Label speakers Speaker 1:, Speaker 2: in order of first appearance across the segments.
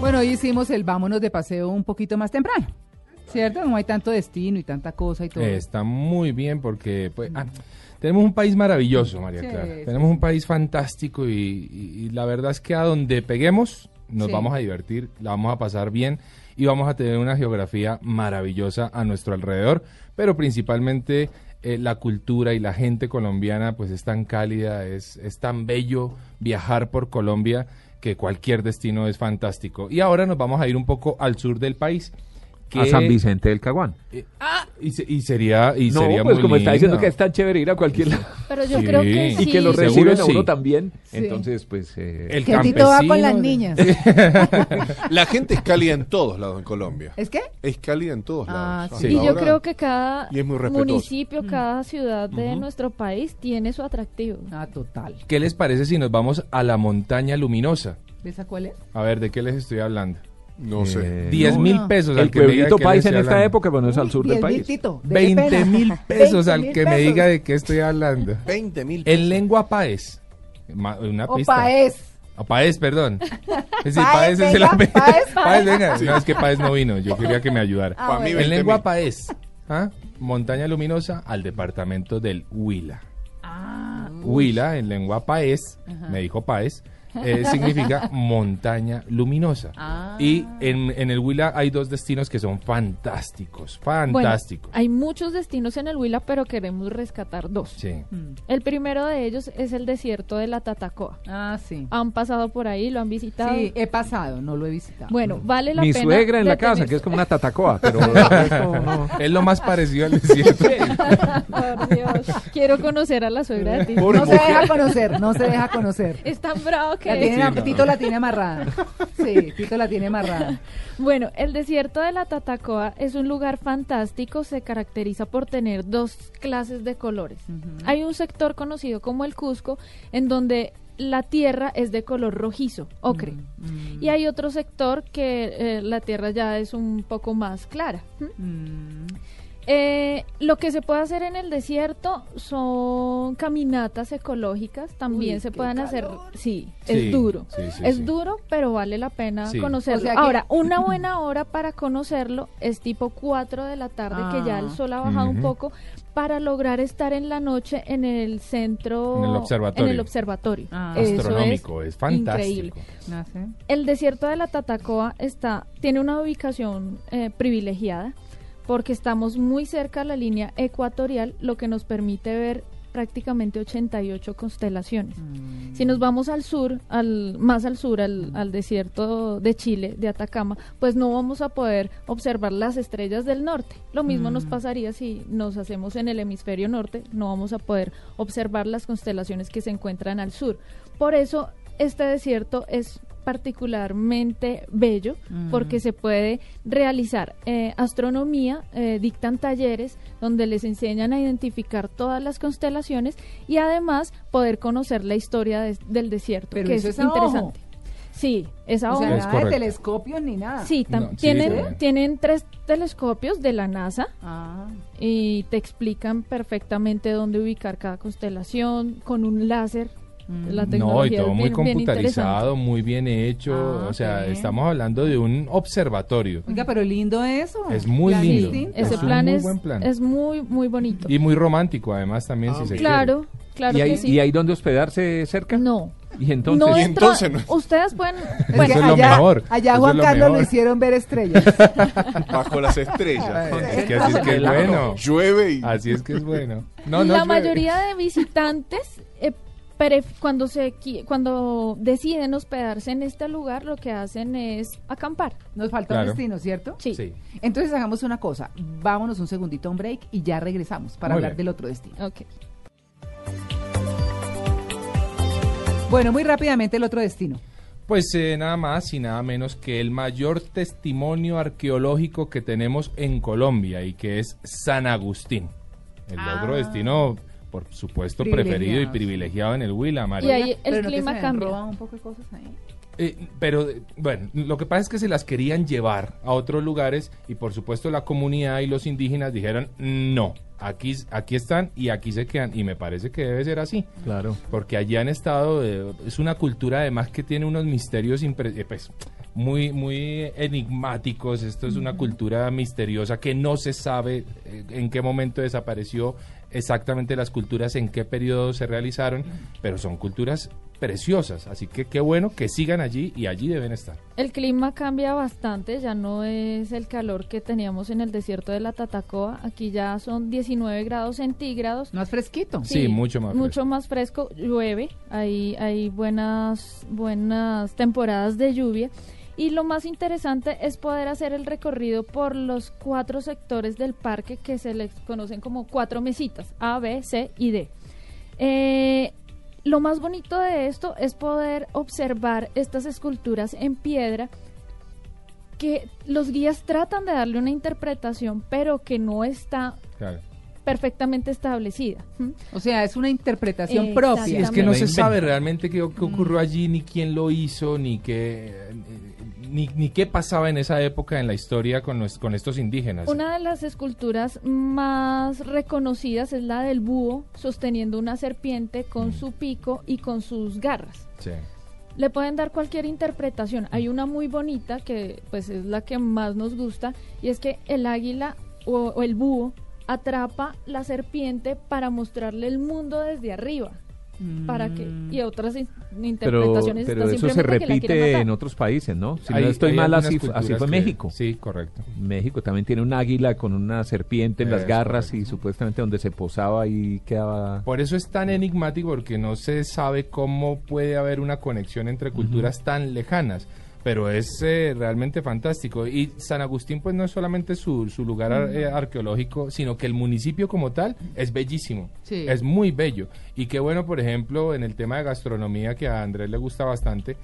Speaker 1: Bueno, hoy hicimos el vámonos de paseo un poquito más temprano. ¿Cierto? No hay tanto destino y tanta cosa y todo.
Speaker 2: Eh, está muy bien porque pues, ah, tenemos un país maravilloso, María
Speaker 1: Sí,
Speaker 2: Clara.
Speaker 1: sí,
Speaker 2: Tenemos un país fantástico y, y- y la verdad es que a donde peguemos nos
Speaker 1: Sí.
Speaker 2: vamos a divertir, la vamos a pasar bien y vamos a tener una geografía maravillosa a nuestro alrededor, pero principalmente eh, la cultura y la gente colombiana pues es tan cálida, es, es tan bello viajar por Colombia que cualquier destino es fantástico. Y ahora nos vamos a ir un poco al sur del país.
Speaker 3: A
Speaker 2: que-
Speaker 3: San Vicente del Caguán.
Speaker 2: y, se- y sería, y
Speaker 4: No,
Speaker 2: sería
Speaker 4: pues
Speaker 2: muy
Speaker 4: como está diciendo
Speaker 2: lindo.
Speaker 4: que es tan chévere ir a cualquier lado
Speaker 5: Pero yo
Speaker 2: Sí.
Speaker 5: creo que
Speaker 2: Y
Speaker 5: sí.
Speaker 4: y que lo
Speaker 2: Seguro
Speaker 4: reciben a
Speaker 2: sí.
Speaker 4: uno también.
Speaker 1: Sí.
Speaker 3: Entonces, pues... eh,
Speaker 2: el
Speaker 1: que el Tito va con
Speaker 2: campesino,
Speaker 1: las
Speaker 2: el-
Speaker 1: niñas.
Speaker 6: La gente es cálida en todos lados en Colombia.
Speaker 1: ¿Es qué?
Speaker 6: Es cálida en todos
Speaker 1: Ah,
Speaker 6: lados.
Speaker 1: sí.
Speaker 6: Ah,
Speaker 5: Y yo
Speaker 6: ahora-
Speaker 5: creo que cada
Speaker 6: Y es muy respetuoso.
Speaker 5: municipio, cada ciudad de nuestro país tiene su atractivo.
Speaker 1: Ah, total.
Speaker 2: ¿Qué les parece si nos vamos a la montaña luminosa?
Speaker 1: ¿Esa cuál es?
Speaker 2: A ver, ¿de qué les estoy hablando?
Speaker 6: No sé.
Speaker 3: eh,
Speaker 2: 10
Speaker 1: no.
Speaker 2: mil pesos al
Speaker 4: El
Speaker 2: que me diga
Speaker 4: pueblito
Speaker 2: de qué les
Speaker 4: paisa en
Speaker 2: estoy
Speaker 4: esta
Speaker 2: hablando.
Speaker 4: época, bueno, es al sur del
Speaker 1: Diez mil,
Speaker 4: país.
Speaker 1: Tito, ¿de qué
Speaker 2: 20
Speaker 1: pena?
Speaker 2: mil pesos
Speaker 1: 20
Speaker 2: al
Speaker 1: mil
Speaker 2: que me
Speaker 1: pesos.
Speaker 2: diga de qué estoy hablando.
Speaker 6: 20 mil
Speaker 2: En lengua paez. Ma- Una
Speaker 1: O
Speaker 2: pista.
Speaker 1: paez.
Speaker 2: O paez, perdón. Es decir,
Speaker 1: Paez,
Speaker 2: paez es el
Speaker 1: venga,
Speaker 2: apellido.
Speaker 1: paez,
Speaker 2: Paez, venga. No, es que paez no vino. Yo quería que me ayudara.
Speaker 1: Ah, bueno.
Speaker 2: En lengua paez. ¿ah? Montaña luminosa al departamento del Huila.
Speaker 1: Ah,
Speaker 2: Huila, en lengua paez, me dijo paez, eh, significa montaña luminosa.
Speaker 1: Ah.
Speaker 2: Y en, en el Huila hay dos destinos que son fantásticos, fantásticos.
Speaker 5: Bueno, hay muchos destinos en el Huila, pero queremos rescatar dos.
Speaker 2: sí.
Speaker 1: mm.
Speaker 5: El primero de ellos es el desierto de la Tatacoa.
Speaker 1: Ah, sí.
Speaker 5: Han pasado por ahí, lo han visitado.
Speaker 1: Sí, he pasado, no lo he visitado.
Speaker 5: Bueno, vale la
Speaker 3: mi
Speaker 5: pena.
Speaker 3: suegra en la casa, que es
Speaker 5: detenerse.
Speaker 3: como una tatacoa, pero... eso no-
Speaker 2: Es lo más parecido al desierto.
Speaker 5: Por Dios, quiero conocer a la suegra de Tito.
Speaker 1: no se deja conocer, no se deja conocer.
Speaker 5: pues, Es tan bravo que
Speaker 1: La
Speaker 5: es.
Speaker 1: tiene- Tito la tiene amarrada. Sí, Tito la tiene amarrada.
Speaker 5: Bueno, el desierto de la Tatacoa es un lugar fantástico, se caracteriza por tener dos clases de colores. Hay un sector conocido como el Cusco, en donde la tierra es de color rojizo, ocre.
Speaker 1: Mm,
Speaker 5: Y hay otro sector que eh, la tierra ya es un poco más clara. ¿m?
Speaker 1: Mm,
Speaker 5: Eh, lo que se puede hacer en el desierto son caminatas ecológicas, también
Speaker 1: Uy,
Speaker 5: se
Speaker 1: qué
Speaker 5: pueden hacer, sí,
Speaker 2: Sí,
Speaker 5: es duro,
Speaker 2: sí, sí,
Speaker 5: es
Speaker 2: sí.
Speaker 5: duro, pero vale la pena
Speaker 2: Sí.
Speaker 5: conocerlo.
Speaker 1: O sea que-
Speaker 5: Ahora, una buena hora para conocerlo es tipo 4 de la tarde, que ya el
Speaker 1: Ah.
Speaker 5: sol ha bajado un
Speaker 2: Ujú.
Speaker 5: poco, para lograr estar en la noche en el centro,
Speaker 2: En el observatorio.
Speaker 5: en el observatorio.
Speaker 1: Ah.
Speaker 5: Eso es
Speaker 2: Astronómico, es, fantástico.
Speaker 5: increíble.
Speaker 1: no sé.
Speaker 5: El desierto de la Tatacoa está, tiene una ubicación eh, privilegiada porque estamos muy cerca a la línea ecuatorial, lo que nos permite ver prácticamente 88 constelaciones.
Speaker 1: Mm.
Speaker 5: Si nos vamos al sur, al, más al sur, al, al desierto de Chile, de Atacama, pues no vamos a poder observar las estrellas del norte. Lo mismo nos pasaría si nos hacemos en el hemisferio norte, no vamos a poder observar las constelaciones que se encuentran al sur. Por eso este desierto es particularmente bello
Speaker 2: Mm.
Speaker 5: porque se puede realizar eh, astronomía, eh, dictan talleres donde les enseñan a identificar todas las constelaciones y además poder conocer la historia de- del desierto,
Speaker 1: Pero
Speaker 5: que
Speaker 1: eso
Speaker 5: es,
Speaker 1: es a ojo.
Speaker 5: interesante. Sí, es a
Speaker 1: O sea,
Speaker 5: ojo.
Speaker 1: nada
Speaker 2: Es
Speaker 1: de
Speaker 2: correcto.
Speaker 1: telescopios ni nada.
Speaker 5: Sí, tam-
Speaker 2: No, sí,
Speaker 5: tienen,
Speaker 2: sí.
Speaker 5: tienen tres telescopios de la NASA
Speaker 1: Ah,
Speaker 5: y te explican perfectamente dónde ubicar cada constelación con un láser.
Speaker 1: mm.
Speaker 2: Mm. No,
Speaker 5: La
Speaker 2: y
Speaker 5: tecnología
Speaker 2: todo
Speaker 5: es
Speaker 2: muy
Speaker 5: bien- bien interesante.
Speaker 2: computarizado, muy bien hecho.
Speaker 1: Ah,
Speaker 2: o sea,
Speaker 1: bien.
Speaker 2: estamos hablando de un observatorio.
Speaker 1: oiga, pero lindo eso.
Speaker 2: Es muy
Speaker 1: Plan
Speaker 2: lindo.
Speaker 1: distinto.
Speaker 5: Ese
Speaker 2: Es un
Speaker 5: plan,
Speaker 2: muy
Speaker 5: es,
Speaker 2: buen plan.
Speaker 5: es muy, muy bonito.
Speaker 2: Y muy romántico, además, también, si se quiere.
Speaker 5: Ah, claro, claro
Speaker 3: ¿Y, hay,
Speaker 5: que sí.
Speaker 3: ¿Y hay donde hospedarse cerca?
Speaker 5: No.
Speaker 3: Y entonces...
Speaker 5: no
Speaker 6: Y
Speaker 5: entra-
Speaker 6: entonces no-
Speaker 5: Ustedes pueden...
Speaker 1: Es
Speaker 5: bueno,
Speaker 1: que
Speaker 2: Eso es lo
Speaker 1: allá,
Speaker 2: mejor.
Speaker 1: Allá
Speaker 2: Eso es
Speaker 1: Juan
Speaker 2: lo
Speaker 1: Carlos
Speaker 2: mejor.
Speaker 1: lo hicieron ver estrellas.
Speaker 6: bajo las estrellas.
Speaker 2: Es que así es que es
Speaker 3: Ah, Claro. Ah,
Speaker 2: bueno.
Speaker 6: Llueve y
Speaker 2: Así es que es bueno. No, no
Speaker 5: la
Speaker 2: llueve.
Speaker 5: mayoría de visitantes, eh, pref- cuando, se, qui- cuando deciden hospedarse en este lugar, lo que hacen es acampar.
Speaker 1: Nos falta
Speaker 2: Claro.
Speaker 1: un destino, ¿cierto?
Speaker 5: Sí.
Speaker 2: Sí.
Speaker 1: Entonces hagamos una cosa. Vámonos un segundito a un break y ya regresamos para
Speaker 2: Muy
Speaker 1: hablar
Speaker 2: bien.
Speaker 1: del otro destino.
Speaker 5: Ok.
Speaker 1: Bueno, muy rápidamente el otro destino.
Speaker 2: Pues eh, nada más y nada menos que el mayor testimonio arqueológico que tenemos en Colombia y que es San Agustín. El
Speaker 5: Ah.
Speaker 2: otro destino, por supuesto, preferido y
Speaker 1: Privilegiado.
Speaker 2: privilegiado en el Huila,
Speaker 5: Y
Speaker 2: María.
Speaker 5: ahí el
Speaker 1: Pero no que
Speaker 5: clima
Speaker 1: se me han
Speaker 5: cambia.
Speaker 1: robado un poco de cosas ahí.
Speaker 2: Eh, pero eh, bueno, lo que pasa es que se las querían llevar a otros lugares y por supuesto la comunidad y los indígenas dijeron no, aquí, aquí están y aquí se quedan y me parece que debe ser así.
Speaker 4: Claro.
Speaker 2: Porque allá han estado, eh, es una cultura además que tiene unos misterios impre- eh, pues, muy, muy enigmáticos, esto es una cultura misteriosa que no se sabe eh, en qué momento desapareció exactamente las culturas, en qué periodo se realizaron, pero son culturas preciosas, así que qué bueno que sigan allí y allí deben estar.
Speaker 5: El clima cambia bastante, ya no es el calor que teníamos en el desierto de la Tatacoa, aquí ya son 19 grados centígrados.
Speaker 1: Más fresquito.
Speaker 2: Sí, mucho más
Speaker 5: Mucho
Speaker 2: fresco.
Speaker 5: más fresco, llueve, hay, hay buenas, buenas temporadas de lluvia. Y lo más interesante es poder hacer el recorrido por los cuatro sectores del parque que se les conocen como cuatro mesitas, A, B, C y D. Eh, lo más bonito de esto es poder observar estas esculturas en piedra que los guías tratan de darle una interpretación, pero que no está
Speaker 2: Claro.
Speaker 5: perfectamente establecida. ¿m?
Speaker 1: O sea, es una interpretación
Speaker 5: Exacto.
Speaker 1: propia.
Speaker 5: Sí,
Speaker 2: es que no se
Speaker 3: También. Mm.
Speaker 2: sabe realmente qué, qué ocurrió allí, ni quién lo hizo, ni qué, eh, ni, ni qué pasaba en esa época en la historia con, los- con estos indígenas.
Speaker 5: Una de las esculturas más reconocidas es la del búho sosteniendo una serpiente con
Speaker 2: Mm.
Speaker 5: su pico y con sus garras.
Speaker 2: Sí.
Speaker 5: Le pueden dar cualquier interpretación.
Speaker 3: Mm.
Speaker 5: Hay una muy bonita que pues es la que más nos gusta y es que el águila o, o el búho atrapa la serpiente para mostrarle el mundo desde arriba. Para que,
Speaker 1: Mm.
Speaker 5: y otras in-
Speaker 3: Mm. Pero,
Speaker 5: interpretaciones
Speaker 3: pero
Speaker 5: está
Speaker 3: eso se
Speaker 5: simplemente que la quieren
Speaker 3: repite
Speaker 5: matar.
Speaker 3: en otros países, ¿no? Si
Speaker 2: Hay-
Speaker 3: no estoy
Speaker 2: hay
Speaker 3: mal,
Speaker 2: algunas
Speaker 3: así, fu- así
Speaker 2: culturas
Speaker 3: fue
Speaker 2: que-
Speaker 3: México.
Speaker 2: Sí, correcto.
Speaker 3: México también tiene un águila con una serpiente en las
Speaker 2: Es
Speaker 3: garras y
Speaker 2: correcto.
Speaker 3: supuestamente donde se posaba y quedaba...
Speaker 2: Por eso es tan enigmático, porque no se sabe cómo puede haber una conexión entre culturas tan lejanas. Pero es eh, realmente fantástico. Y San Agustín, pues no es solamente su, su lugar ar- eh, arqueológico, sino que el municipio como tal es bellísimo.
Speaker 1: Sí.
Speaker 2: Es muy bello. Y qué bueno, por ejemplo, en el tema de gastronomía, que a Andrés le gusta bastante.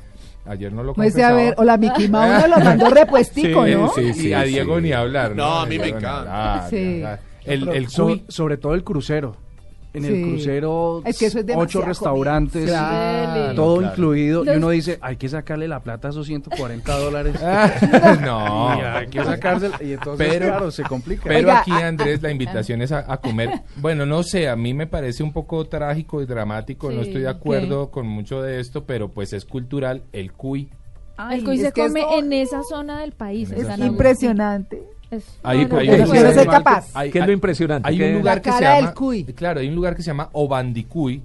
Speaker 2: Ayer no lo
Speaker 1: Pues a
Speaker 2: confesaba.
Speaker 1: ver, o la Mickey Mouse nos lo mandó repuestico,
Speaker 2: Eh,
Speaker 1: ¿no?
Speaker 2: sí,
Speaker 3: Sí,
Speaker 2: y a
Speaker 3: sí.
Speaker 2: Diego ni hablar.
Speaker 6: No, a mí me
Speaker 2: Diego ni
Speaker 6: encanta.
Speaker 2: hablar,
Speaker 1: Sí.
Speaker 2: ni hablar. El, el
Speaker 7: So-
Speaker 2: cuy-
Speaker 7: sobre todo el crucero. En
Speaker 1: Sí.
Speaker 7: el crucero,
Speaker 1: Es que eso es
Speaker 7: ocho
Speaker 1: demasiada
Speaker 7: restaurantes,
Speaker 1: comida.
Speaker 2: Claro,
Speaker 7: todo
Speaker 2: claro.
Speaker 7: incluido.
Speaker 5: Los-
Speaker 7: Y uno dice, hay que sacarle la plata a esos 140 dólares.
Speaker 2: no.
Speaker 7: Y hay que sacársela. Y entonces,
Speaker 2: Pero-
Speaker 7: claro, se complica.
Speaker 2: Pero
Speaker 1: Oiga,
Speaker 2: aquí,
Speaker 5: ah,
Speaker 2: Andrés, la invitación es a, a comer. Bueno, no sé, a mí me parece un poco trágico y dramático. no
Speaker 5: Sí,
Speaker 2: estoy de acuerdo con mucho de esto, pero pues es cultural. El cuy.
Speaker 1: Ay,
Speaker 5: el cuy se
Speaker 1: es que es
Speaker 5: come
Speaker 1: o-
Speaker 5: en esa zona del país.
Speaker 2: En
Speaker 5: en
Speaker 2: esa
Speaker 5: San
Speaker 2: zona.
Speaker 5: Agustín.
Speaker 1: impresionante.
Speaker 5: Es-
Speaker 2: Ahí-
Speaker 5: no, no,
Speaker 2: ahí-
Speaker 1: Yo
Speaker 5: no, no,
Speaker 1: no
Speaker 5: no,
Speaker 1: quiero
Speaker 5: no,
Speaker 1: ser
Speaker 5: no.
Speaker 1: capaz.
Speaker 2: Hay-
Speaker 3: ¿Qué es
Speaker 2: hay-
Speaker 3: lo impresionante?
Speaker 2: Hay
Speaker 3: que-
Speaker 2: un lugar que se
Speaker 1: cara del
Speaker 2: llama,
Speaker 1: cuy.
Speaker 2: claro, hay un lugar que se llama Obandicuy,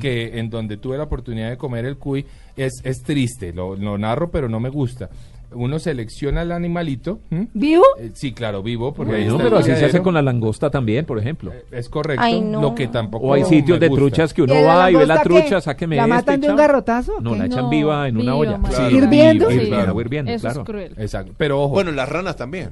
Speaker 2: que en donde tuve la oportunidad de comer el cuy es es triste, lo, lo narro pero no me gusta. Uno selecciona el animalito, ¿m?
Speaker 1: ¿Vivo?
Speaker 2: Eh, sí, claro, vivo, porque ahí
Speaker 3: Bueno,
Speaker 2: está el
Speaker 3: pero así se hace
Speaker 2: criadero.
Speaker 3: con la langosta también, por ejemplo.
Speaker 2: es correcto,
Speaker 8: Ay, no.
Speaker 2: lo que tampoco
Speaker 3: O hay
Speaker 2: me
Speaker 3: sitios de
Speaker 2: gusta.
Speaker 3: truchas que
Speaker 1: ¿Y
Speaker 3: uno
Speaker 1: la
Speaker 3: va y ve la
Speaker 1: langosta qué?
Speaker 3: trucha, sáqueme
Speaker 1: ¿La
Speaker 3: este,
Speaker 1: matan de un
Speaker 3: chao.
Speaker 1: garrotazo o
Speaker 3: No,
Speaker 1: qué?
Speaker 3: la echan
Speaker 5: No,
Speaker 3: viva en una
Speaker 5: viva,
Speaker 3: olla.
Speaker 5: marica.
Speaker 2: Sí,
Speaker 1: ¿Hirviendo?
Speaker 2: viva,
Speaker 3: Sí,
Speaker 2: claro.
Speaker 3: hirviendo,
Speaker 5: Eso
Speaker 3: claro.
Speaker 5: es cruel.
Speaker 2: Exacto, pero ojo,
Speaker 6: Bueno, las ranas también.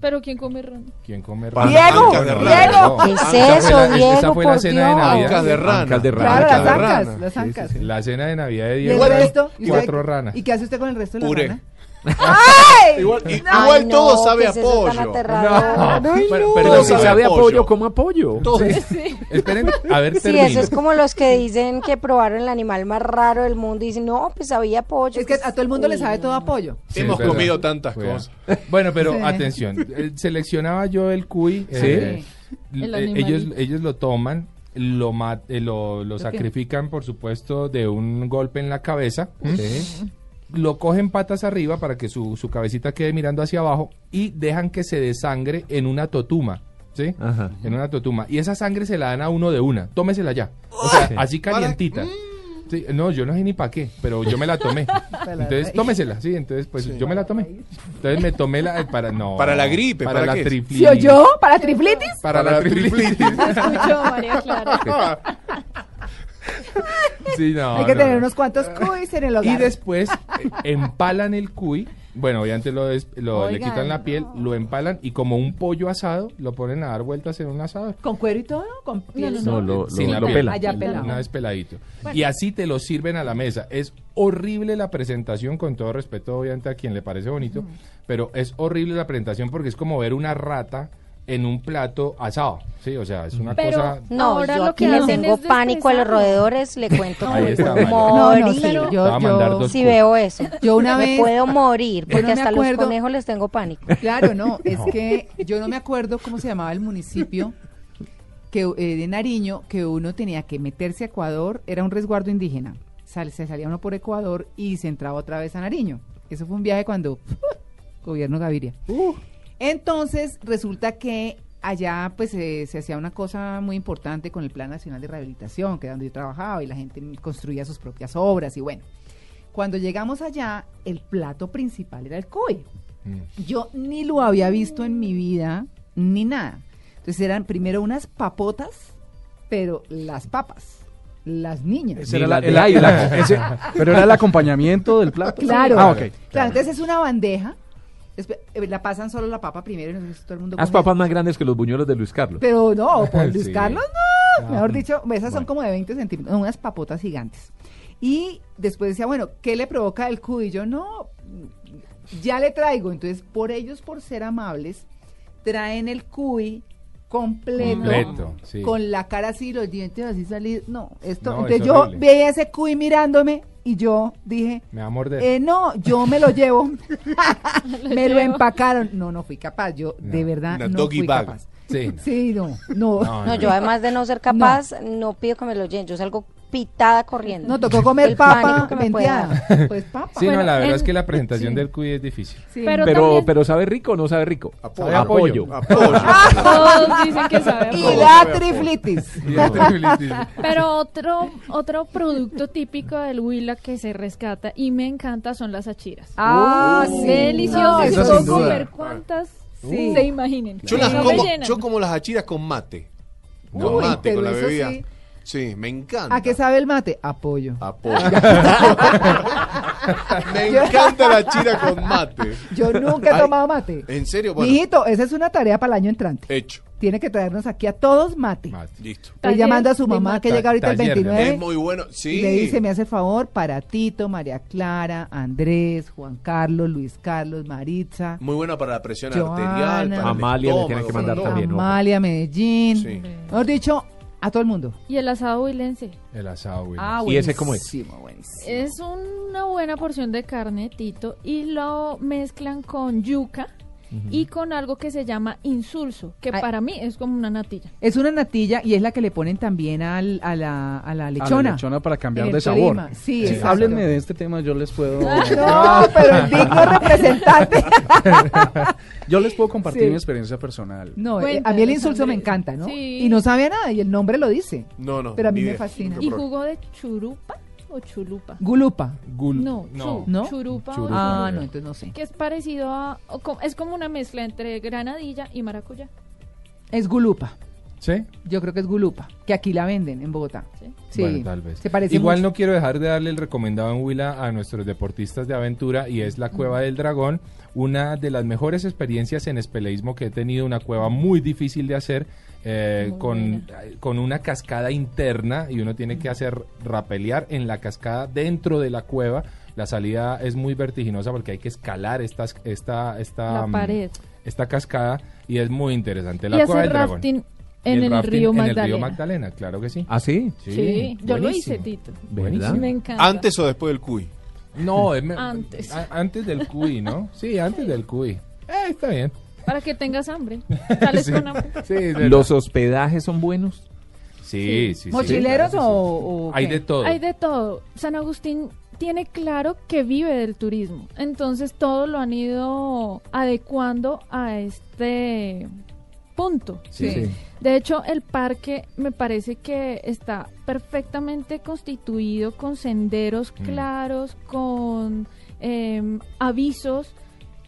Speaker 5: Pero ¿quién come rana?
Speaker 2: ¿Quién come
Speaker 6: Pan-
Speaker 1: ¡Diego!
Speaker 6: ancas de rana.
Speaker 1: ¡Diego!
Speaker 8: ¿Qué es
Speaker 2: Ah, Esa fue
Speaker 8: eso,
Speaker 2: la-
Speaker 8: Diego?
Speaker 2: esa fue la
Speaker 8: por
Speaker 2: cena de
Speaker 8: Dios.
Speaker 2: Navidad.
Speaker 6: Ancas de rana.
Speaker 3: Ah, Ancas de rana.
Speaker 1: Claro,
Speaker 6: Ancas
Speaker 1: las
Speaker 6: de
Speaker 1: ancas,
Speaker 6: rana.
Speaker 1: las ancas.
Speaker 2: La cena de Navidad de
Speaker 1: ¿Y el
Speaker 2: Diego eran
Speaker 1: resto? ¿Y usted-
Speaker 2: cuatro ranas.
Speaker 1: ¿Y qué hace usted con el resto de la
Speaker 6: Puré.
Speaker 1: rana?
Speaker 6: Igual, i-
Speaker 8: Ay,
Speaker 6: igual
Speaker 8: no,
Speaker 6: todo
Speaker 8: ¿qué
Speaker 6: sabe
Speaker 8: es
Speaker 6: a
Speaker 8: eso tan
Speaker 6: pollo.
Speaker 8: aterrador?
Speaker 2: Pero- pero-
Speaker 3: Pero
Speaker 6: Todo
Speaker 3: si
Speaker 6: sabe
Speaker 3: sabe
Speaker 6: a
Speaker 3: a
Speaker 6: pollo.
Speaker 3: pollo, como apoyo.
Speaker 6: Todo-
Speaker 2: Esperen, a ver,
Speaker 8: Sí,
Speaker 2: termino.
Speaker 8: eso es como los que dicen que probaron el animal más raro del mundo y dicen, no, pues sabía pollo.
Speaker 1: Es que
Speaker 8: pues,
Speaker 1: a todo el mundo le
Speaker 8: uy,
Speaker 1: sabe todo
Speaker 8: no.
Speaker 1: apoyo.
Speaker 2: Sí,
Speaker 6: Hemos
Speaker 2: es verdad.
Speaker 6: comido tantas
Speaker 2: Cuidado.
Speaker 6: cosas.
Speaker 2: Bueno, pero
Speaker 1: Sí.
Speaker 2: atención, eh, seleccionaba yo el cuy, eh,
Speaker 5: Sí. El
Speaker 2: eh,
Speaker 5: animalito.
Speaker 2: ellos, ellos lo toman, lo, mat- eh, lo, lo sacrifican, por supuesto, de un golpe en la cabeza, ¿m? lo cogen patas arriba para que su, su cabecita quede mirando hacia abajo y dejan que se desangre en una totuma. ¿Sí?
Speaker 3: Ajá.
Speaker 2: En una totuma. Y esa sangre se la dan a uno de una. Tómesela ya. O sea, así calientita. Sí, no, yo no sé ni para qué, pero yo me la tomé. Entonces, tómesela, sí, entonces pues yo me la tomé. Entonces me tomé la eh, para no
Speaker 6: Para la gripe,
Speaker 2: para,
Speaker 6: ¿para
Speaker 2: la
Speaker 6: qué es?
Speaker 2: triflitis.
Speaker 1: ¿Sí oyó? ¿Para triflitis?
Speaker 2: Para, la triflitis.
Speaker 5: Escuchó, María Clara.
Speaker 2: sí, no.
Speaker 1: Hay que
Speaker 2: no,
Speaker 1: tener
Speaker 2: no.
Speaker 1: unos cuantos cuis en el
Speaker 2: Y
Speaker 1: hogar.
Speaker 2: después eh, empalan el cuy. Bueno, obviamente lo, des- lo- le
Speaker 1: Oigan,
Speaker 2: quitan la piel, lo empalan y como un pollo asado lo ponen a dar vueltas en un asador.
Speaker 1: ¿Con cuero y todo? ¿Con piel?
Speaker 3: No,
Speaker 5: no,
Speaker 3: lo,
Speaker 2: Sin
Speaker 3: lo-
Speaker 2: la
Speaker 3: lo
Speaker 2: piel.
Speaker 3: pela.
Speaker 1: Ah, ya pelado.
Speaker 2: Una vez peladito. Y así te lo sirven a la mesa. Es horrible la presentación, con todo respeto, obviamente, a quien le parece bonito, pero es horrible la presentación porque es como ver una rata en un plato asado. Sí, o sea, es una cosa...
Speaker 5: Pero
Speaker 8: No,
Speaker 5: ahora
Speaker 8: yo
Speaker 5: lo
Speaker 8: aquí
Speaker 5: que
Speaker 8: le
Speaker 5: hacen
Speaker 8: tengo
Speaker 5: es
Speaker 8: pánico a los
Speaker 5: desprezarlo.
Speaker 8: roedores, le cuento
Speaker 2: Ahí
Speaker 8: que
Speaker 2: está,
Speaker 8: me
Speaker 2: Mario.
Speaker 8: puedo
Speaker 1: No, no,
Speaker 8: morir.
Speaker 1: sí, yo,
Speaker 2: Te va a mandar
Speaker 1: yo-
Speaker 2: dos
Speaker 8: si veo eso.
Speaker 1: Yo una
Speaker 8: me
Speaker 1: vez-
Speaker 8: puedo morir,
Speaker 1: yo no
Speaker 8: porque
Speaker 1: me
Speaker 8: hasta los
Speaker 1: acuerdo-
Speaker 8: conejos les tengo pánico.
Speaker 1: Claro, no, es que yo no me acuerdo cómo se llamaba el municipio que, eh, de Nariño que uno tenía que meterse a Ecuador, era un resguardo indígena. Sal- se salía uno por Ecuador y se entraba otra vez a Nariño. Eso fue un viaje cuando gobierno Gaviria. Entonces, resulta que allá pues eh, se hacía una cosa muy importante con el Plan Nacional de Rehabilitación, que era donde yo trabajaba y la gente construía sus propias obras y bueno. Cuando llegamos allá, el plato principal era el COI.
Speaker 2: Mm.
Speaker 1: Yo ni lo había visto en mi vida, ni nada. Entonces eran primero unas papotas, pero las papas, las niñas.
Speaker 7: Ese era
Speaker 3: la
Speaker 7: la-
Speaker 3: de
Speaker 7: el-
Speaker 3: águila.
Speaker 7: ese- pero era el acompañamiento del plato.
Speaker 1: Claro.
Speaker 7: Ah, ok.
Speaker 1: Claro, entonces es una bandeja, después, eh, la pasan solo la papa primero, y entonces todo el mundo
Speaker 3: Las
Speaker 1: come.
Speaker 3: papas más grandes que los buñuelos de Luis Carlos.
Speaker 1: Pero no, por Luis
Speaker 2: Sí.
Speaker 1: Carlos no.
Speaker 2: Ah,
Speaker 1: Mejor dicho, esas son
Speaker 2: bueno.
Speaker 1: como de 20 centímetros, unas papotas gigantes. Y después decía, bueno, ¿qué le provoca el cuy? Yo no, ya le traigo. Entonces, por ellos, por ser amables, traen el cuy completo.
Speaker 2: Completo, sí.
Speaker 1: Con la cara así, los dientes así salidos. No, esto.
Speaker 2: No,
Speaker 1: entonces
Speaker 2: es
Speaker 1: yo
Speaker 2: horrible.
Speaker 1: veía ese cuy mirándome y yo dije,
Speaker 2: Me va a morder.
Speaker 1: eh, no, yo me lo llevo. me lo
Speaker 5: llevo.
Speaker 1: empacaron. No, no fui capaz. Yo de
Speaker 2: No,
Speaker 1: verdad
Speaker 6: una
Speaker 1: no
Speaker 6: doggy
Speaker 1: fui
Speaker 6: bag.
Speaker 1: capaz.
Speaker 2: Sí, no.
Speaker 1: Sí, no, no. No,
Speaker 2: No,
Speaker 8: No, yo además de no ser capaz, no, pido que me lo llenen, yo salgo pitada corriendo.
Speaker 1: tocó comer
Speaker 8: El
Speaker 1: papa
Speaker 8: pánico que me puede
Speaker 1: venteada. Pues papa.
Speaker 2: Sí, no,
Speaker 5: Bueno,
Speaker 2: la verdad
Speaker 5: en-
Speaker 2: es que la presentación
Speaker 5: sí.
Speaker 2: del cuy es difícil.
Speaker 1: Sí.
Speaker 5: Pero-
Speaker 3: Pero,
Speaker 5: también-
Speaker 3: pero sabe rico o no sabe rico.
Speaker 6: Apoyo.
Speaker 3: Apoyo.
Speaker 5: Ah,
Speaker 6: Apoyo.
Speaker 5: Todos dicen que sabe a
Speaker 1: y
Speaker 5: pollo.
Speaker 1: la triflitis.
Speaker 5: Pero otro, otro producto típico del Huila que se rescata y me encanta son las achiras.
Speaker 1: Ah,
Speaker 5: Deliciosas
Speaker 1: sí.
Speaker 5: Deliciosas.
Speaker 7: eso
Speaker 5: y
Speaker 7: sin
Speaker 5: puedo
Speaker 7: duda.
Speaker 5: comer cuántas
Speaker 1: Sí.
Speaker 5: se imaginen.
Speaker 6: Yo las
Speaker 5: No me
Speaker 6: como,
Speaker 5: llenan.
Speaker 6: yo como las achiras con mate.
Speaker 1: Uy,
Speaker 6: Con mate,
Speaker 1: pero
Speaker 6: con la
Speaker 1: eso
Speaker 6: bebida.
Speaker 1: sí. Ah,
Speaker 6: Sí, me encanta.
Speaker 1: ¿A qué sabe el mate? Apoyo.
Speaker 6: Apoyo. me encanta la chira con mate.
Speaker 1: Yo nunca he
Speaker 6: Ay,
Speaker 1: tomado mate.
Speaker 6: ¿En serio? Bueno, Eh.
Speaker 1: Mijito, esa es una tarea para el año entrante.
Speaker 6: hecho.
Speaker 1: Tiene que traernos aquí a todos mate.
Speaker 2: Mate.
Speaker 6: Listo.
Speaker 1: Estoy
Speaker 5: Taller
Speaker 1: llamando a su
Speaker 5: de
Speaker 1: mamá
Speaker 5: mate.
Speaker 1: que llega ahorita el
Speaker 2: Taller de mate.
Speaker 1: 29.
Speaker 6: Es muy bueno. Sí.
Speaker 1: Y ¿Eh? le dice, me hace el favor para Tito, María Clara, Andrés, Juan Carlos, Luis Carlos, Maritza,
Speaker 6: Muy bueno para la presión
Speaker 1: Joana.
Speaker 6: arterial. Para el
Speaker 3: Amalia le
Speaker 6: estómago,
Speaker 3: tienen que
Speaker 6: para
Speaker 3: mandar
Speaker 6: todo.
Speaker 3: también. ¿no?
Speaker 1: Amalia, Medellín.
Speaker 6: Sí.
Speaker 1: Mejor dicho, a todo el mundo.
Speaker 5: Y el asado huilense.
Speaker 2: El asado, güey.
Speaker 1: Ah,
Speaker 3: ¿Y ese cómo es?
Speaker 1: buenísimo, buenísimo.
Speaker 5: Es una buena porción de carne, Tito, y lo mezclan con yuca y con algo que se llama insulso, que
Speaker 1: Ay.
Speaker 5: para mí es como una natilla.
Speaker 1: Es una natilla y es la que le ponen también al, a, la, a la
Speaker 7: A la
Speaker 1: lechona.
Speaker 7: lechona para cambiar
Speaker 1: En
Speaker 7: de
Speaker 1: el
Speaker 7: sabor.
Speaker 1: Tolima, sí,
Speaker 7: Sí,
Speaker 1: exacto.
Speaker 7: háblenme de este tema, yo les puedo.
Speaker 1: No, pero el digno representante.
Speaker 7: Yo les puedo compartir
Speaker 1: Sí.
Speaker 7: mi experiencia personal.
Speaker 1: No, eh,
Speaker 5: Cuéntanos,
Speaker 1: a mí el insulso me
Speaker 5: Andrés.
Speaker 1: encanta, ¿no?
Speaker 5: Sí.
Speaker 1: Y no sabe a nada y el nombre lo dice.
Speaker 6: No, no.
Speaker 1: Pero a mí
Speaker 6: ni
Speaker 1: me
Speaker 6: idea.
Speaker 1: fascina.
Speaker 5: ¿Y
Speaker 6: Horror.
Speaker 5: jugo de churupa o chulupa?
Speaker 1: Gulupa.
Speaker 2: Gul-
Speaker 5: No, chu-
Speaker 1: ¿No?
Speaker 5: churupa, o-
Speaker 2: Churupa.
Speaker 1: Ah, no, entonces no sé.
Speaker 5: que es parecido a, o co- es como una mezcla entre granadilla y maracuyá.
Speaker 1: Es gulupa.
Speaker 2: ¿Sí?
Speaker 1: Yo creo que es gulupa, que aquí la venden en Bogotá.
Speaker 5: ¿sí?
Speaker 1: Sí,
Speaker 2: Bueno, tal vez.
Speaker 1: Se parece
Speaker 2: Igual
Speaker 1: mucho.
Speaker 2: no quiero dejar de darle el recomendado en Huila a nuestros deportistas de aventura y es la Cueva del Dragón, una de las mejores experiencias en espeleísmo que he tenido, una cueva muy difícil de hacer, eh,
Speaker 5: Muy
Speaker 2: con,
Speaker 5: buena.
Speaker 2: eh, con una cascada interna y uno tiene que hacer rapelear en la cascada dentro de la cueva. La salida es muy vertiginosa porque hay que escalar estas, esta, esta,
Speaker 5: La
Speaker 2: mm,
Speaker 5: pared.
Speaker 2: esta cascada y es muy interesante. La
Speaker 5: y
Speaker 2: Cueva
Speaker 5: hacer
Speaker 2: del Dragón.
Speaker 5: rafting
Speaker 2: Y
Speaker 5: en el,
Speaker 2: rafting
Speaker 5: río
Speaker 2: en el río
Speaker 5: Magdalena.
Speaker 2: Magdalena, claro que sí.
Speaker 3: ¿Ah, sí?
Speaker 5: Sí, yo lo hice, Tito.
Speaker 3: ¿Verdad?
Speaker 5: Me encanta.
Speaker 6: ¿Antes o después del cuy?
Speaker 2: No, es me-
Speaker 5: Antes.
Speaker 2: a- antes del cuy, ¿no? Sí, antes del cuy. Eh, está bien.
Speaker 5: Para que tengas hambre. Sales
Speaker 2: Sí.
Speaker 5: con hambre.
Speaker 2: Sí, es verdad.
Speaker 3: ¿Los hospedajes son buenos?
Speaker 2: sí, sí, sí,
Speaker 1: ¿Mochileros
Speaker 2: claro que sí.
Speaker 1: o, o
Speaker 2: Hay
Speaker 1: qué?
Speaker 2: de todo.
Speaker 5: Hay de todo. San Agustín tiene claro que vive del turismo. Entonces todo lo han ido adecuando a este punto.
Speaker 1: Sí.
Speaker 5: De hecho, el parque me parece que está perfectamente constituido con senderos
Speaker 2: Mm.
Speaker 5: claros, con em, avisos.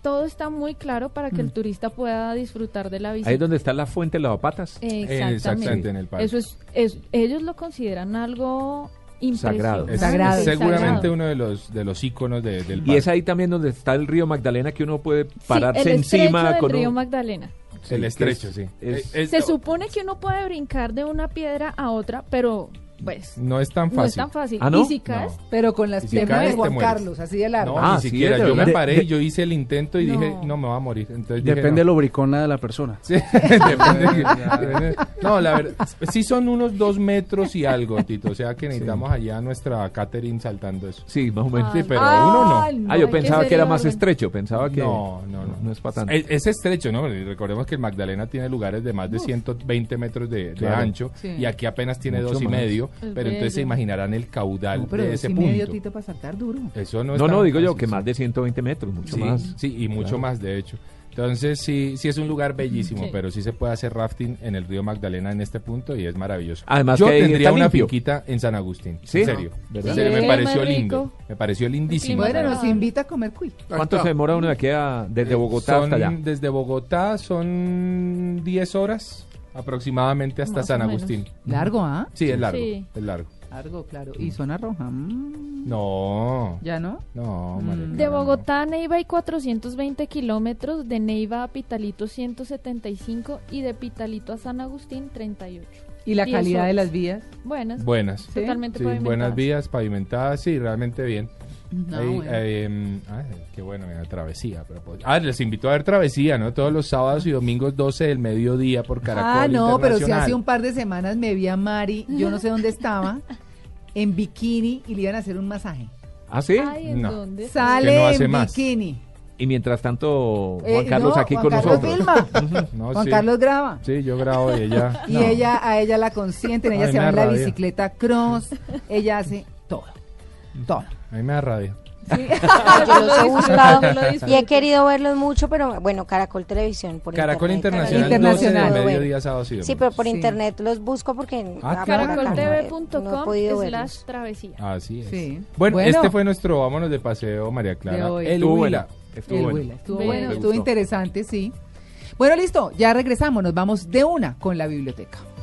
Speaker 5: Todo está muy claro para que el turista pueda disfrutar de la visita.
Speaker 3: Ahí es donde está la fuente de lavapatas.
Speaker 1: Eh,
Speaker 5: Exactamente.
Speaker 2: Exactamente, en el parque.
Speaker 5: Eso es, es- ellos lo consideran algo
Speaker 3: Sagrado.
Speaker 5: impresionante.
Speaker 2: Es
Speaker 1: Sagrado.
Speaker 2: seguramente
Speaker 5: Sagrado.
Speaker 2: uno de los de los íconos de- del
Speaker 3: Y
Speaker 2: parque.
Speaker 3: es ahí también donde está el río Magdalena que uno puede
Speaker 5: Sí,
Speaker 3: pararse
Speaker 5: el estrecho
Speaker 3: encima
Speaker 5: del
Speaker 3: con
Speaker 5: río
Speaker 3: un...
Speaker 5: Magdalena.
Speaker 3: Sí,
Speaker 2: el
Speaker 3: que
Speaker 2: estrecho,
Speaker 3: es-
Speaker 2: sí.
Speaker 3: es-
Speaker 2: Eh, es-
Speaker 5: Se supone que uno puede brincar de una piedra a otra, pero pues
Speaker 2: No es tan fácil.
Speaker 5: no es tan fácil.
Speaker 3: ¿Ah, no?
Speaker 5: Y si caes,
Speaker 2: No.
Speaker 1: Pero con las
Speaker 2: Y si
Speaker 1: piernas
Speaker 2: caes,
Speaker 1: de
Speaker 2: te
Speaker 1: Juan
Speaker 2: mueres.
Speaker 1: Carlos, así de largo.
Speaker 2: No,
Speaker 3: Ah,
Speaker 2: ni
Speaker 3: sí,
Speaker 2: siquiera.
Speaker 3: de
Speaker 2: yo me
Speaker 3: verdad.
Speaker 2: paré,
Speaker 3: De-
Speaker 2: yo hice el intento y
Speaker 5: No.
Speaker 2: dije, no, me va a morir. Entonces dije,
Speaker 7: Depende
Speaker 2: no.
Speaker 7: de lo bricona de la persona.
Speaker 2: Sí, depende- depende- No, la verdad, sí son unos dos metros y algo, Tito. O sea que necesitamos allá nuestra Catherine saltando eso.
Speaker 3: Sí, más o menos.
Speaker 2: Sí, pero
Speaker 5: Ay,
Speaker 2: uno no.
Speaker 5: no,
Speaker 3: ah, yo
Speaker 5: hay
Speaker 3: pensaba
Speaker 5: ser
Speaker 3: que era más
Speaker 5: orden.
Speaker 3: estrecho, pensaba que...
Speaker 2: No, no, no.
Speaker 3: No es para tanto.
Speaker 2: Es, es estrecho, ¿no? Y Recordemos que el Magdalena tiene lugares de más de 120 metros de, de
Speaker 3: Claro.
Speaker 2: ancho
Speaker 1: Sí.
Speaker 2: y aquí apenas tiene
Speaker 3: Mucho
Speaker 2: dos y
Speaker 3: más.
Speaker 2: medio,
Speaker 5: Es
Speaker 2: pero entonces se
Speaker 5: bello.
Speaker 2: imaginarán el caudal
Speaker 1: Ah, No, pero
Speaker 2: de
Speaker 1: dos
Speaker 2: ese
Speaker 1: y
Speaker 2: punto.
Speaker 1: medio tito para saltar duro.
Speaker 2: Eso no es
Speaker 3: No,
Speaker 2: tan
Speaker 3: no, digo yo
Speaker 2: fácil,
Speaker 3: que
Speaker 2: sí.
Speaker 3: más de 120 metros, mucho
Speaker 2: sí,
Speaker 3: más.
Speaker 2: Sí, y mucho
Speaker 3: Claro.
Speaker 2: más, de hecho. Entonces, sí, sí es un lugar bellísimo,
Speaker 5: Sí.
Speaker 2: pero sí se puede hacer rafting en el río Magdalena en este punto y es maravilloso.
Speaker 3: Además
Speaker 2: Yo
Speaker 3: que ahí
Speaker 2: tendría
Speaker 3: está
Speaker 2: una
Speaker 3: limpio.
Speaker 2: finquita en San Agustín.
Speaker 3: ¿Sí?
Speaker 2: En serio.
Speaker 3: ¿Verdad?
Speaker 2: En serio,
Speaker 5: Sí.
Speaker 2: me pareció
Speaker 5: Clima
Speaker 2: lindo.
Speaker 5: rico.
Speaker 2: Me pareció lindísimo.
Speaker 5: clima
Speaker 1: Bueno,
Speaker 5: Bueno,
Speaker 1: nos
Speaker 5: no.
Speaker 1: invita a comer cuy.
Speaker 3: ¿Cuánto se demora uno de aquí a, desde
Speaker 2: Eh,
Speaker 3: Bogotá
Speaker 2: son-
Speaker 3: hasta allá?
Speaker 2: Desde Bogotá son 10 horas aproximadamente hasta
Speaker 5: Más o
Speaker 2: San
Speaker 5: menos.
Speaker 2: Agustín.
Speaker 1: Largo, ¿ah?
Speaker 2: Sí, es largo.
Speaker 5: Sí.
Speaker 2: Es largo.
Speaker 1: Largo, claro. Y zona roja. mm.
Speaker 2: No.
Speaker 1: ¿Ya no?
Speaker 2: No, María
Speaker 5: Mm. de
Speaker 2: Clara, no.
Speaker 5: Bogotá a Neiva hay 420 kilómetros, de Neiva a Pitalito 175 y de Pitalito a San Agustín 38.
Speaker 1: ¿Y la
Speaker 5: Y
Speaker 1: calidad
Speaker 5: eso-
Speaker 1: de las vías?
Speaker 5: Buenas,
Speaker 2: Buenas.
Speaker 1: Sí,
Speaker 5: totalmente
Speaker 2: Sí,
Speaker 5: pavimentadas.
Speaker 2: buenas vías, pavimentadas, sí, realmente bien.
Speaker 1: Mm-hmm. No,
Speaker 2: Ahí,
Speaker 1: bueno.
Speaker 2: eh, em, ay, qué bueno, mira, travesía. a propósito. ah, les invito a ver travesía, ¿no? Todos los sábados y domingos 12 del mediodía por Caracol
Speaker 1: ah, no, pero si
Speaker 2: Internacional.
Speaker 1: hace un par de semanas me vi a Mari, yo no sé dónde estaba, en bikini y le iban a hacer un masaje.
Speaker 3: ¿Ah, sí?
Speaker 5: Ay, ¿en
Speaker 2: No.
Speaker 5: dónde?
Speaker 1: Sale
Speaker 2: Que no hace
Speaker 1: en
Speaker 2: más.
Speaker 1: bikini.
Speaker 3: Y mientras tanto, Juan
Speaker 1: Eh,
Speaker 3: Carlos
Speaker 1: no,
Speaker 3: aquí
Speaker 1: Juan
Speaker 3: con
Speaker 1: Carlos
Speaker 3: nosotros.
Speaker 1: filma.
Speaker 2: No,
Speaker 1: Juan
Speaker 2: sí.
Speaker 1: Carlos graba.
Speaker 2: Sí, yo grabo y ella...
Speaker 1: Y
Speaker 2: no.
Speaker 1: ella, a ella la consienten, ella
Speaker 2: Ay,
Speaker 1: se
Speaker 2: me
Speaker 1: va en la
Speaker 2: arrabia.
Speaker 1: bicicleta cross, ella hace todo, todo.
Speaker 2: A mí me da rabia.
Speaker 5: Sí.
Speaker 8: Ah, Yo los he
Speaker 5: Yo lo
Speaker 8: buscado
Speaker 5: disfruto, yo lo disfruto.
Speaker 8: y he querido verlos mucho, pero bueno, Caracol Televisión. Por
Speaker 2: Caracol
Speaker 8: internet,
Speaker 2: Internacional,
Speaker 8: Caracol
Speaker 2: 12
Speaker 1: Internacional.
Speaker 2: del
Speaker 8: Bueno,
Speaker 2: mediodía, sábados y domingos.
Speaker 8: Sí, pero por
Speaker 1: Sí.
Speaker 8: internet los busco porque
Speaker 2: Ah,
Speaker 8: ah, por acá no he- no he
Speaker 5: Caracoltv.com
Speaker 8: podido verlos.
Speaker 5: slash travesía.
Speaker 2: Así es.
Speaker 1: Sí.
Speaker 2: Bueno,
Speaker 1: Bueno.
Speaker 2: este fue nuestro Vámonos de Paseo, María Clara.
Speaker 1: De hoy.
Speaker 2: El
Speaker 3: Estuvo
Speaker 2: Huila.
Speaker 3: bueno.
Speaker 1: El
Speaker 3: Estuvo
Speaker 1: Huila,
Speaker 3: bueno.
Speaker 1: estuvo
Speaker 5: Me
Speaker 1: bueno, estuvo
Speaker 3: gustó.
Speaker 1: interesante, sí. Bueno, listo, ya regresamos, nos vamos de una con la biblioteca.